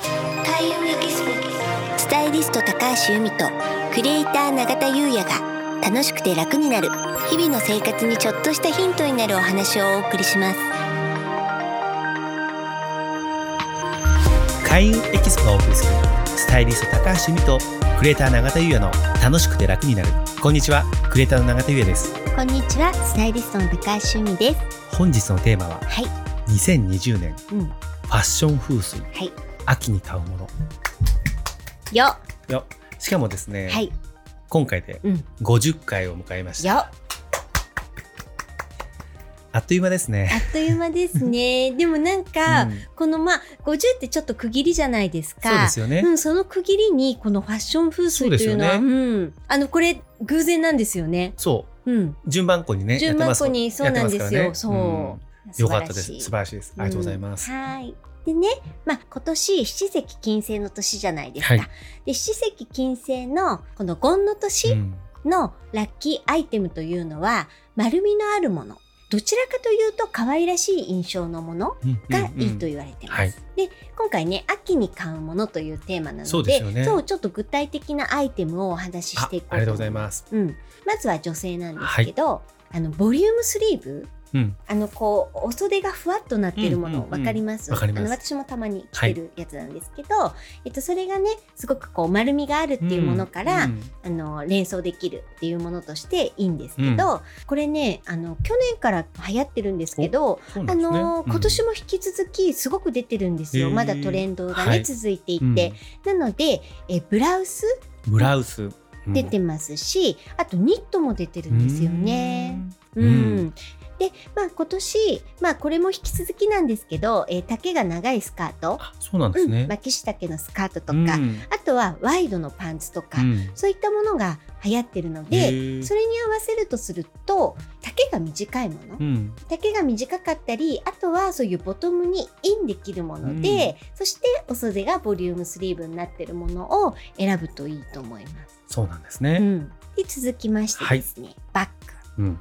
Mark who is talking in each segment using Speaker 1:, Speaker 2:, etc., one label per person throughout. Speaker 1: 田優也ギススタイリスト高橋由美とクリエイター永田優也が楽しくて楽になる日々の生活にちょっとしたヒントになるお話をお送りします
Speaker 2: 開運エキスポがお送りするスタイリスト高橋由美とクリエイター永田優也の楽しくて楽になるこんにちはクリエイターの永田優也です
Speaker 1: こんにちはスタイリストの高橋由美です
Speaker 2: 本日のテーマは
Speaker 1: はい
Speaker 2: 2020年
Speaker 1: うんは
Speaker 2: ファッション風水
Speaker 1: い
Speaker 2: 秋に買うもの
Speaker 1: よはい
Speaker 2: やしかもですね、
Speaker 1: い
Speaker 2: 今回で
Speaker 1: うん
Speaker 2: 50回を迎えました
Speaker 1: よ
Speaker 2: あっという間です
Speaker 1: あ
Speaker 2: ね
Speaker 1: っという間ですね でもなんか、
Speaker 2: うん
Speaker 1: このまあ50ってちょっと区切りじゃないですか
Speaker 2: そうですよね、
Speaker 1: うん、その区切りにこのファッション風水というのは
Speaker 2: そううで
Speaker 1: ん、あのこれ偶然なんですよね
Speaker 2: そ
Speaker 1: うん
Speaker 2: う順番こにね
Speaker 1: 順
Speaker 2: やって
Speaker 1: 番
Speaker 2: ます
Speaker 1: 子にそうなんですよ、
Speaker 2: やってます
Speaker 1: そ
Speaker 2: からね
Speaker 1: う、
Speaker 2: うんよかったです素晴
Speaker 1: 晴らし
Speaker 2: らしいですありがとうございます、
Speaker 1: いはいでね、まあ、今年七石金星の年じゃないですか、
Speaker 2: はい
Speaker 1: で七石金星のこの権の
Speaker 2: う
Speaker 1: 年
Speaker 2: ん
Speaker 1: のラッキーアイテムというのは丸みのあるものどちらかというと可愛らしい印象のもの
Speaker 2: うん
Speaker 1: がいいと
Speaker 2: うん
Speaker 1: 言われてます。
Speaker 2: はい
Speaker 1: で今回ね秋に買うものというテーマなので
Speaker 2: そうですよね
Speaker 1: そうちょっと具体的なアイテムをお話しし
Speaker 2: あ
Speaker 1: ていこう
Speaker 2: ありがとうござい
Speaker 1: す、
Speaker 2: ます
Speaker 1: うん、まずは女性なんですけど、あのボリュームスリーブ
Speaker 2: うん
Speaker 1: あのこうお袖がふわっとなってるもの、
Speaker 2: うんうんうん
Speaker 1: わかります
Speaker 2: わかりま
Speaker 1: あ
Speaker 2: す
Speaker 1: の私もたまに着てるやつなんですけど、えっと、それがねすごくこう丸みがあるっていうものから、
Speaker 2: うん
Speaker 1: あの連想できるっていうものとしていいんですけど、
Speaker 2: うん
Speaker 1: これねあの去年から流行ってるんですけど、
Speaker 2: そうな
Speaker 1: あ
Speaker 2: んですね
Speaker 1: のー今年も引き続きすごく出てるんですよ、
Speaker 2: へー
Speaker 1: まだトレンドがね、
Speaker 2: はい
Speaker 1: 続いてい
Speaker 2: うん
Speaker 1: て、なのでえブラウス
Speaker 2: ブラウスうん
Speaker 1: 出てますし、あとニットも出てるんですよね。
Speaker 2: うんうん
Speaker 1: で、まあ、今年、まあ、これも引き続きなんですけど、えー丈が長いスカート、
Speaker 2: あそうなんで
Speaker 1: う
Speaker 2: す
Speaker 1: ん、
Speaker 2: ね。
Speaker 1: 巻き下丈のスカートとか、
Speaker 2: うん
Speaker 1: あとはワイドのパンツとか、
Speaker 2: うん
Speaker 1: そういったものが流行ってるの
Speaker 2: へ
Speaker 1: で、
Speaker 2: ー
Speaker 1: それに合わせるとすると丈が短いもの、
Speaker 2: うん
Speaker 1: 丈が短かったりあとはそういうボトムにインできるもので、そしてお袖がボリュームスリーブになってるものを選ぶといいと思います。
Speaker 2: そうなんです
Speaker 1: う
Speaker 2: ね。
Speaker 1: ん、で続きましてですね、バッグ。
Speaker 2: うん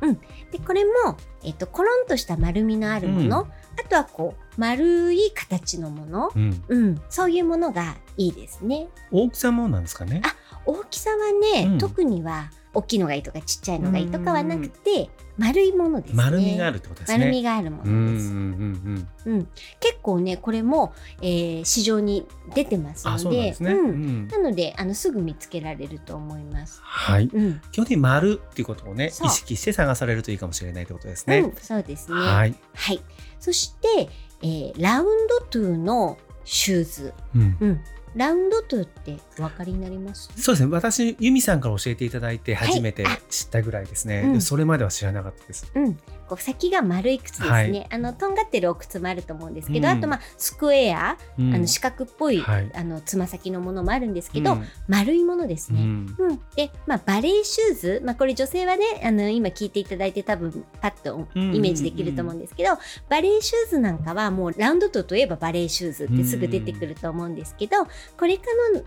Speaker 1: でこれも、えっとコロンとした丸みのあるもの、
Speaker 2: う
Speaker 1: あとはこう丸い形のもの、
Speaker 2: うん
Speaker 1: うん、そういうものがいいですね。
Speaker 2: 大きさもなんですかね。
Speaker 1: 大きさはね、
Speaker 2: うん
Speaker 1: 特には大きいのがいいとかちっちゃいのがいいとかはなくて丸いものですね。
Speaker 2: 丸みがあるってことですね。
Speaker 1: 丸みがあるも
Speaker 2: うん
Speaker 1: のです。
Speaker 2: うんうんうん。
Speaker 1: うん、結構ねこれも、えー市場に出てます
Speaker 2: あ、
Speaker 1: の
Speaker 2: そうなん
Speaker 1: で
Speaker 2: ですね。
Speaker 1: うん
Speaker 2: うん
Speaker 1: なのであのすぐ見つけられると思います。
Speaker 2: はい。
Speaker 1: うん
Speaker 2: 基本的に丸っていうことをね意
Speaker 1: そう
Speaker 2: 識して探されるといいかもしれないってことです
Speaker 1: う
Speaker 2: ね。
Speaker 1: ん、そうですね、は
Speaker 2: はいい。
Speaker 1: そして、えーラウンドトゥーのシューズ、
Speaker 2: うん
Speaker 1: うん、ラウンドトゥーってお分かりになります
Speaker 2: そうですね。私由美さんから教えていただいて
Speaker 1: はい
Speaker 2: 初めて知ったぐらいですね。
Speaker 1: うん
Speaker 2: それまでは知らなかったです。
Speaker 1: うん、こう先が丸い靴ですね、
Speaker 2: はい
Speaker 1: あのとんがってるお靴もあると思うんですけど、
Speaker 2: うん
Speaker 1: あと、まあ、スクエア、
Speaker 2: うん
Speaker 1: あの四角っぽい、
Speaker 2: はい
Speaker 1: あのつま先のものもあるんですけど、
Speaker 2: うん
Speaker 1: 丸いものです
Speaker 2: う
Speaker 1: ね。
Speaker 2: ん
Speaker 1: うん、で、まあ、バレーシューズ、まあ、これ女性はねあの今聞いていただいて多分パッと
Speaker 2: うんうんうん
Speaker 1: イメージできると思うんですけど、バレーシューズなんかはもうラウンドトゥといえばバレーシューズってすぐ出てくると思うんですけど、これか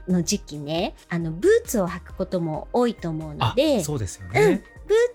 Speaker 1: らの時期ねあのブーツを履くことも多いと思うの
Speaker 2: あ
Speaker 1: で、
Speaker 2: そうですよ
Speaker 1: うん、ブー
Speaker 2: ね。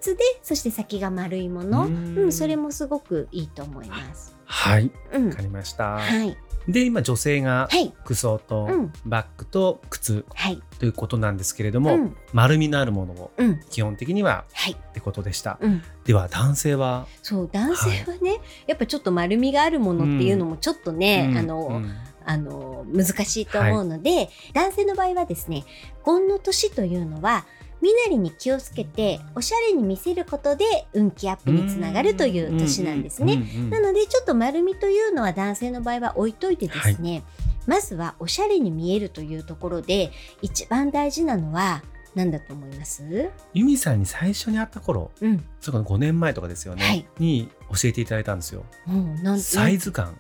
Speaker 1: ツでそして先が丸いもの、
Speaker 2: うん
Speaker 1: うん、それもすごくいいと思います。
Speaker 2: はい。
Speaker 1: うん
Speaker 2: わか、りました。
Speaker 1: はい、
Speaker 2: で今女性が
Speaker 1: はい、
Speaker 2: 服装と
Speaker 1: うん
Speaker 2: バッグと靴
Speaker 1: はい、
Speaker 2: ということなんですけれど
Speaker 1: う
Speaker 2: も、
Speaker 1: ん、
Speaker 2: 丸みのあるものを
Speaker 1: うん、
Speaker 2: 基本的には
Speaker 1: はい、
Speaker 2: ってことでした
Speaker 1: うん、
Speaker 2: では男性は
Speaker 1: そう、男性はね、やっぱちょっと丸みがあるものっていうのもちょっとね、
Speaker 2: うん
Speaker 1: あの、
Speaker 2: うん
Speaker 1: あの難しいと思うので、男性の場合はですね婚の年というのは身なりに気をつけておしゃれに見せることで運気アップにつながるという年なんですね。
Speaker 2: ううんうん
Speaker 1: なのでちょっと丸みというのは男性の場合は置いといてですね、まずはおしゃれに見えるというところで一番大事なのは何だと思います、
Speaker 2: ユミさんに最初に会った頃
Speaker 1: うん
Speaker 2: それから5年前とかですよね、
Speaker 1: はい
Speaker 2: に教えていただいたんですよ
Speaker 1: もうなん
Speaker 2: サイ
Speaker 1: 素
Speaker 2: ズ感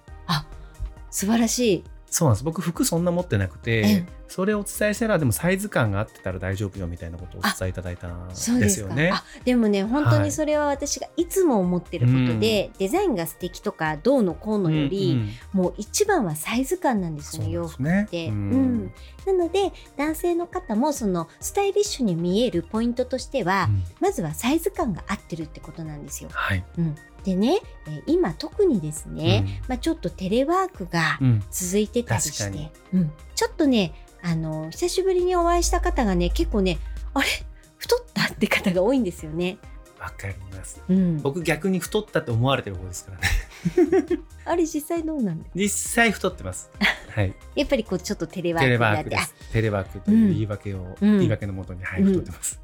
Speaker 1: 晴らしい。
Speaker 2: そうなんです僕服そんな持ってなく
Speaker 1: え
Speaker 2: て
Speaker 1: え
Speaker 2: それをお伝えしたらでもサイズ感が合ってたら大丈夫よみたいなことをお伝えいただいたんで
Speaker 1: そうです
Speaker 2: すよ
Speaker 1: か
Speaker 2: ね
Speaker 1: あでもね本当
Speaker 2: は
Speaker 1: に
Speaker 2: い
Speaker 1: それは私がいつも思ってることで、デザインが素敵とかどうのこうのより、
Speaker 2: うんうん
Speaker 1: もう一番はサイズ感なんです
Speaker 2: そう
Speaker 1: よ、洋
Speaker 2: なんで
Speaker 1: 服
Speaker 2: すね
Speaker 1: って
Speaker 2: うん
Speaker 1: うんなので男性の方もそのスタイリッシュに見えるポイントとしては、
Speaker 2: うん
Speaker 1: まずはサイズ感が合ってるってことなんですよ。
Speaker 2: はい
Speaker 1: うん、でね、えー今特にですね、まあ、ちょっとテレワークが
Speaker 2: うんうん
Speaker 1: 続いてたりし
Speaker 2: 確か
Speaker 1: て
Speaker 2: に、
Speaker 1: うん、ちょっとねあの久しぶりにお会いした方がね結構ねあれ太ったって方が多いんですよね。
Speaker 2: わかります
Speaker 1: うん、
Speaker 2: 僕逆に太ったって思われてる方ですか らね
Speaker 1: あれ実際どうなんだ
Speaker 2: 実際太ってます はい
Speaker 1: やっぱりこうちょっとテレワー
Speaker 2: テ
Speaker 1: ク
Speaker 2: レ
Speaker 1: に
Speaker 2: ワ
Speaker 1: な
Speaker 2: ー
Speaker 1: って
Speaker 2: クで
Speaker 1: あ
Speaker 2: すテレワークという言い訳を、
Speaker 1: うん
Speaker 2: 言い訳のもとにはい
Speaker 1: うん
Speaker 2: 太ってます、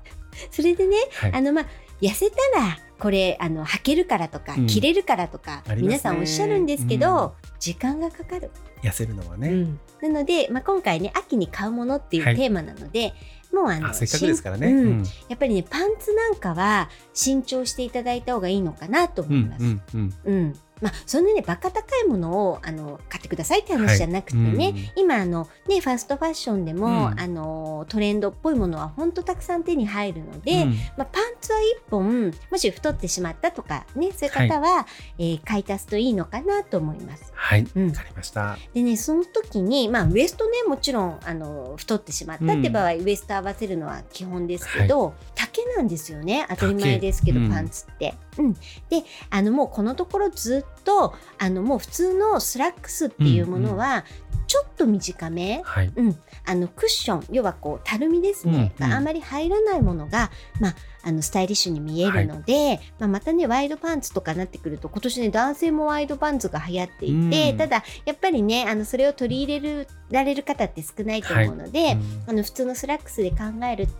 Speaker 1: それでね
Speaker 2: はい
Speaker 1: あのまあ痩せたらこれあの履けるからとか、
Speaker 2: うん
Speaker 1: 着れるからとか、
Speaker 2: ありますね
Speaker 1: 皆さんおっしゃるんですけど、時間がかかる、
Speaker 2: 痩せるのはね、
Speaker 1: うんなので、まあ、今回ね秋に買うものっていう
Speaker 2: はい
Speaker 1: テーマなので、もうあの
Speaker 2: あせっかくですからね、
Speaker 1: しん
Speaker 2: う
Speaker 1: うん
Speaker 2: ん
Speaker 1: やっぱりねパンツなんかは新調していただいた方がいいのかなと
Speaker 2: う
Speaker 1: 思います。
Speaker 2: んうん
Speaker 1: うんまあ、そんなねバカ高いものをあの買ってくださいって
Speaker 2: はい
Speaker 1: 話じゃなくてね、
Speaker 2: うん
Speaker 1: 今あの、ね、ファストファッションでも、
Speaker 2: うん
Speaker 1: あのトレンドっぽいものは本当たくさん手に入るの
Speaker 2: うん
Speaker 1: で、まあ、パンツは1本もし太ってしまったとか、ね、そういう方は、えー買い足すといいのかなと思います。
Speaker 2: はい、わ
Speaker 1: うん
Speaker 2: かりました
Speaker 1: でねその時に、まあ、ウエストねもちろんあの太ってしまったって場合、ウエスト合わせるのは基本ですけど、丈なんですよね当たり前ですけど、
Speaker 2: 丈うん
Speaker 1: パンツって。うん、であのもうこのところずっとあのもう普通のスラックスっていうものはちょっと短め。
Speaker 2: はい
Speaker 1: あのクッション要はこうたるみですね、
Speaker 2: うんうん
Speaker 1: があまり入らないものが、まあ、あのスタイリッシュに見えるので、まあ、またねワイドパンツとかなってくると今年ね男性もワイドパンツが流行っていて、
Speaker 2: うん
Speaker 1: ただやっぱりねあのそれを取り入れるられる方って少ないと思うので、
Speaker 2: うん
Speaker 1: あの普通のスラックスで考えると、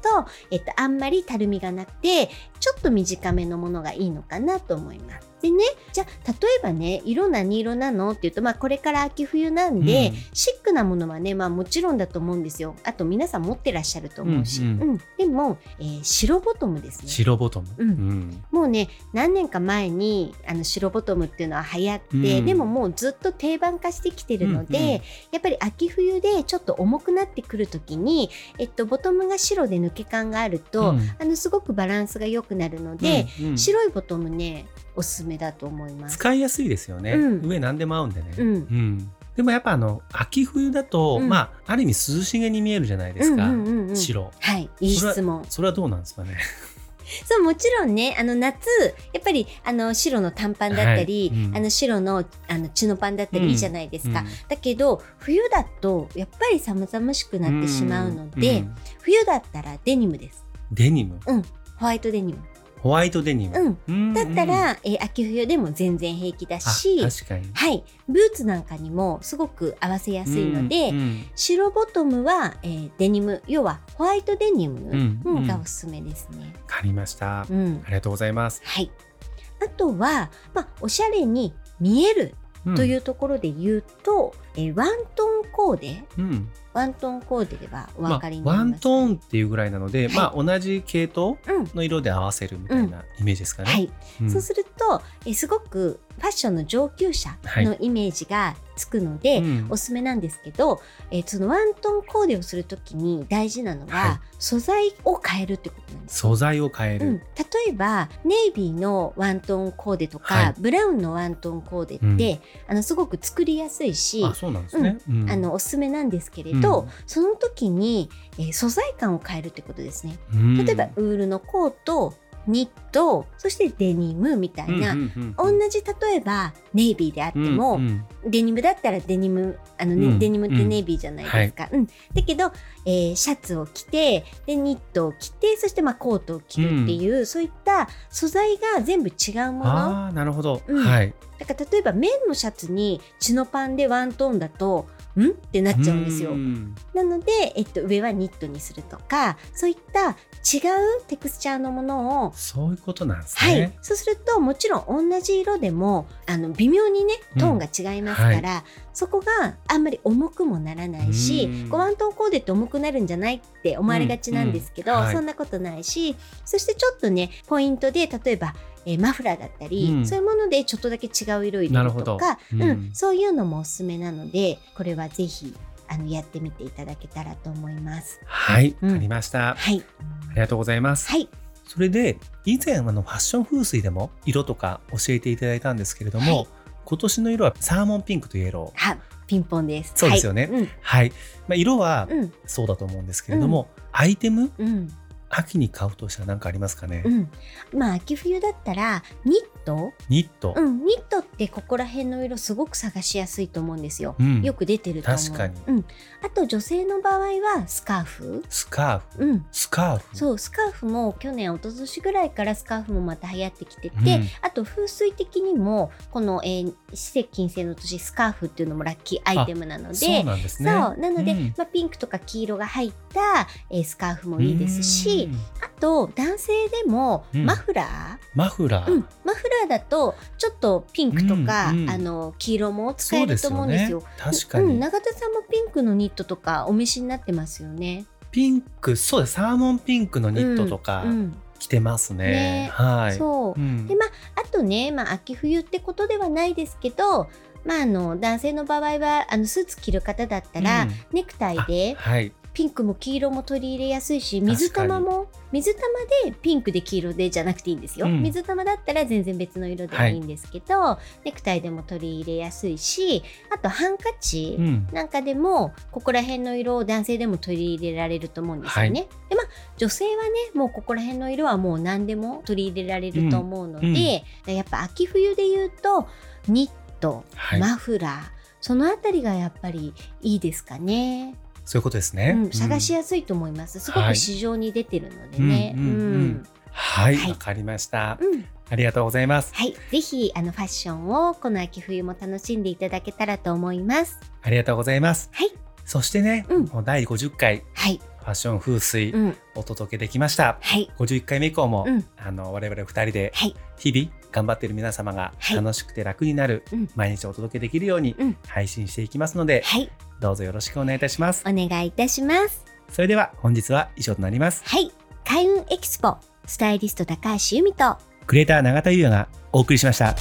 Speaker 1: えっと、あんまりたるみがなくてちょっと短めのものがいいのかなと思います。でねじゃあ例えばね色何色なのっていうと、まあ、これから秋冬なんで、
Speaker 2: うん
Speaker 1: シックなものはね、まあ、もちろんだと思うんですよあと皆さん持ってらっしゃると思うし、う
Speaker 2: う
Speaker 1: んんでも、えー白ボトムですね
Speaker 2: 白ボトム、
Speaker 1: うん
Speaker 2: ん
Speaker 1: もうね何年か前にあの白ボトムっていうのは流行って、
Speaker 2: うん
Speaker 1: でももうずっと定番化してきてるので、
Speaker 2: うんうん
Speaker 1: やっぱり秋冬でちょっと重くなってくる時に、えっと、ボトムが白で抜け感があると、
Speaker 2: うん
Speaker 1: あのすごくバランスが良くなるので、、
Speaker 2: うんうん
Speaker 1: 白いボトムねおすすめだと思います。
Speaker 2: 使いやすいですよね、
Speaker 1: うん
Speaker 2: 上何でも合うんでね、
Speaker 1: うん
Speaker 2: うんでもやっぱあの秋冬だと、
Speaker 1: うん
Speaker 2: まあある意味涼しげに見えるじゃないですか、
Speaker 1: うんうんうんうん
Speaker 2: 白
Speaker 1: はい、いい質問。
Speaker 2: それはどうなんですかね
Speaker 1: そうもちろんねあの夏やっぱりあの白の短パンだったり、
Speaker 2: はいうん
Speaker 1: あの白のあのチノパンだったりいいじゃないですか、だけど冬だとやっぱり寒々しく
Speaker 2: う
Speaker 1: なってしまうので、
Speaker 2: ん
Speaker 1: 冬だったらデニムです
Speaker 2: デニム
Speaker 1: ホワイトデニム、
Speaker 2: ホワイトデニム、
Speaker 1: うん、
Speaker 2: うん
Speaker 1: だったら、えー秋冬でも全然平気だ
Speaker 2: あ
Speaker 1: し
Speaker 2: 確かに
Speaker 1: はいブーツなんかにもすごく合わせやすいので、
Speaker 2: うんうん
Speaker 1: 白ボトムは、えーデニム要はホワイトデニム、
Speaker 2: ん
Speaker 1: うんがおすすめですね。
Speaker 2: わかりました、
Speaker 1: うん
Speaker 2: ありがとうございます、
Speaker 1: はい、あとは、まあ、おしゃれに見えるというところで言うと、えーワントーンコーデ
Speaker 2: うん、うん
Speaker 1: ワントーンコーデではお
Speaker 2: ま
Speaker 1: 分
Speaker 2: あ
Speaker 1: かりになり
Speaker 2: ワ
Speaker 1: ます、
Speaker 2: ントーンっていうぐらいなので、
Speaker 1: はい
Speaker 2: まあ同じ系統
Speaker 1: うん
Speaker 2: の色で合わせるみたいなイメージですかね、
Speaker 1: はい、
Speaker 2: うん
Speaker 1: そうするとえすごくファッションの上級者のイメージがつくので、
Speaker 2: うん
Speaker 1: おすすめなんですけど、えーそのワントーンコーデをするときに大事なのは、
Speaker 2: はい
Speaker 1: 素材を変えるってことなんです。
Speaker 2: 素材を変え
Speaker 1: う
Speaker 2: る、
Speaker 1: ん、例えばネイビーのワントーンコーデとか、
Speaker 2: はい
Speaker 1: ブラウンのワントーンコーデって、
Speaker 2: うん
Speaker 1: あのすごく作りやすいし
Speaker 2: あそうなんですね、うん
Speaker 1: あのおすすめなんですけれど、
Speaker 2: うん
Speaker 1: その時に、えー素材感を変えるってことですね。
Speaker 2: うん
Speaker 1: 例えば、ウールのコートニットそしてデニムみたいな、
Speaker 2: うんうんうん
Speaker 1: 同じ例えばネイビーであっても、
Speaker 2: うんうん
Speaker 1: デニムだったらデニムあの、ね
Speaker 2: うん
Speaker 1: デニムってネイビーじゃないですか、うんだけど、えーシャツを着てでニットを着てそしてまあコートを着るっていう、そういった素材が全部違うもの
Speaker 2: ああなるほど、
Speaker 1: うん
Speaker 2: はい
Speaker 1: だから例えば綿のシャツにチノパンでワントーンだとんってなっちゃうんですよ。
Speaker 2: ん
Speaker 1: なので、えっと、上はニットにするとかそういった違うテクスチャーのものを
Speaker 2: そういうことなんです
Speaker 1: はい
Speaker 2: ね、、
Speaker 1: そうするともちろん同じ色でもあの微妙にねトーンが違いますから、
Speaker 2: うん
Speaker 1: そこがあんまり重くもならないし、
Speaker 2: うん
Speaker 1: こうワントーンコーデって重くなるんじゃないって思われがちなんですけど、
Speaker 2: うんうんはい
Speaker 1: そんなことないしそしてちょっとねポイントで例えば、えーマフラーだったり、
Speaker 2: うん
Speaker 1: そういうものでちょっとだけ違う色入
Speaker 2: な
Speaker 1: れる
Speaker 2: るほ
Speaker 1: と
Speaker 2: ど
Speaker 1: か、
Speaker 2: うん
Speaker 1: うんそういうのもおすすめなのでこれはぜひあのやってみていただけたらと思います。
Speaker 2: はい、
Speaker 1: うん
Speaker 2: ありました
Speaker 1: はい、
Speaker 2: ありがとうございます
Speaker 1: はい
Speaker 2: それで以前あのファッション風水でも色とか教えていただいたんですけれども、
Speaker 1: はい
Speaker 2: 今年の色はサーモンピンクとイエロー
Speaker 1: あピンポンです。
Speaker 2: そうですよね
Speaker 1: はい
Speaker 2: はい、まあ、色は
Speaker 1: うん、
Speaker 2: そうだと思うんですけれども、アイテム
Speaker 1: うん、うん。
Speaker 2: 秋に買うとしたら何かありますかね、
Speaker 1: うん、まあ秋冬だったらニット
Speaker 2: ニット
Speaker 1: う。ん、ニットってここら辺の色すごく探しやすいと思うんですよ。
Speaker 2: うん
Speaker 1: よく出てると思う。
Speaker 2: 確かに
Speaker 1: うん。あと女性の場合はスカーフ。
Speaker 2: スカーフ。
Speaker 1: うん。
Speaker 2: スカーフ。
Speaker 1: そう、スカーフも去年、一昨年ぐらいからスカーフもまた流行ってきてて、
Speaker 2: うん
Speaker 1: あと風水的にも、この、えー、四石金星の年、スカーフっていうのもラッキーアイテムなので、
Speaker 2: そうなんですね。
Speaker 1: そうなので、
Speaker 2: うん
Speaker 1: まあ、ピンクとか黄色が入った、えースカーフもいいですし
Speaker 2: うん、
Speaker 1: あと男性でも
Speaker 2: うん
Speaker 1: マフラ
Speaker 2: マフラ
Speaker 1: ー、
Speaker 2: ー。
Speaker 1: うんマフラーだとちょっとピンクとか、
Speaker 2: うんうん
Speaker 1: あの黄色も使
Speaker 2: そ
Speaker 1: え
Speaker 2: うで
Speaker 1: る
Speaker 2: す
Speaker 1: と思
Speaker 2: よ
Speaker 1: うんです
Speaker 2: ね
Speaker 1: よ。。
Speaker 2: 確か
Speaker 1: う
Speaker 2: に
Speaker 1: ん、。永田さんもピンクのニットとかお召しになってますよね。
Speaker 2: ピンク、そうです。サーモンピンクのニットとか
Speaker 1: うん
Speaker 2: 着てますね
Speaker 1: ね。
Speaker 2: はい。
Speaker 1: そう、
Speaker 2: うん
Speaker 1: であとね、まあ、秋冬ってことではないですけど、まあ、あの男性の場合はあのスーツ着る方だったら、
Speaker 2: うん
Speaker 1: ネクタイで
Speaker 2: はい。
Speaker 1: ピンクも黄色も取り入れやすいし
Speaker 2: かに
Speaker 1: 水玉も水玉でピンクで黄色でじゃなくていいんですよ、
Speaker 2: うん
Speaker 1: 水玉だったら全然別の色でもいいんですけど、ネクタイでも取り入れやすいしあとハンカチ
Speaker 2: うん。
Speaker 1: なんかでもここら辺の色を男性でも取り入れられると思うんですよね。でまあ女性はねもうここら辺の色はもう何でも取り入れられると思うので、
Speaker 2: うんうん
Speaker 1: やっぱ秋冬で言うとニット、
Speaker 2: はい。
Speaker 1: マフラーそのあたりがやっぱりいいですかね。
Speaker 2: そういうことですね。
Speaker 1: うん、探し
Speaker 2: うん
Speaker 1: やすいと思います。すご
Speaker 2: はい
Speaker 1: く市場に出てるのでね。
Speaker 2: う
Speaker 1: うんん、
Speaker 2: う
Speaker 1: うんん
Speaker 2: うんはい。
Speaker 1: はい
Speaker 2: わかりました。
Speaker 1: うん
Speaker 2: ありがとうございます。
Speaker 1: はい、ぜひあのファッションをこの秋冬も楽しんでいただけたらと思います。
Speaker 2: ありがとうございます。
Speaker 1: はい。
Speaker 2: そしてね、
Speaker 1: うん
Speaker 2: もう第50回
Speaker 1: はい、
Speaker 2: ファッション風水
Speaker 1: うん、
Speaker 2: お届けできました。
Speaker 1: はい、
Speaker 2: 51回目以降も、
Speaker 1: うん
Speaker 2: あの我々2人で
Speaker 1: はい、
Speaker 2: 日々頑張っている皆様が
Speaker 1: はい
Speaker 2: 楽しくて楽になる、
Speaker 1: うん
Speaker 2: 毎日お届けできるように
Speaker 1: うん
Speaker 2: 配信していきますので、
Speaker 1: はい、
Speaker 2: どうぞよろしくお願いいたします。
Speaker 1: お願いいたします。
Speaker 2: それでは本日は以上となります。
Speaker 1: はい、開運エキスポスタイリスト高橋由美と
Speaker 2: クリエイター永田優也がお送りしました。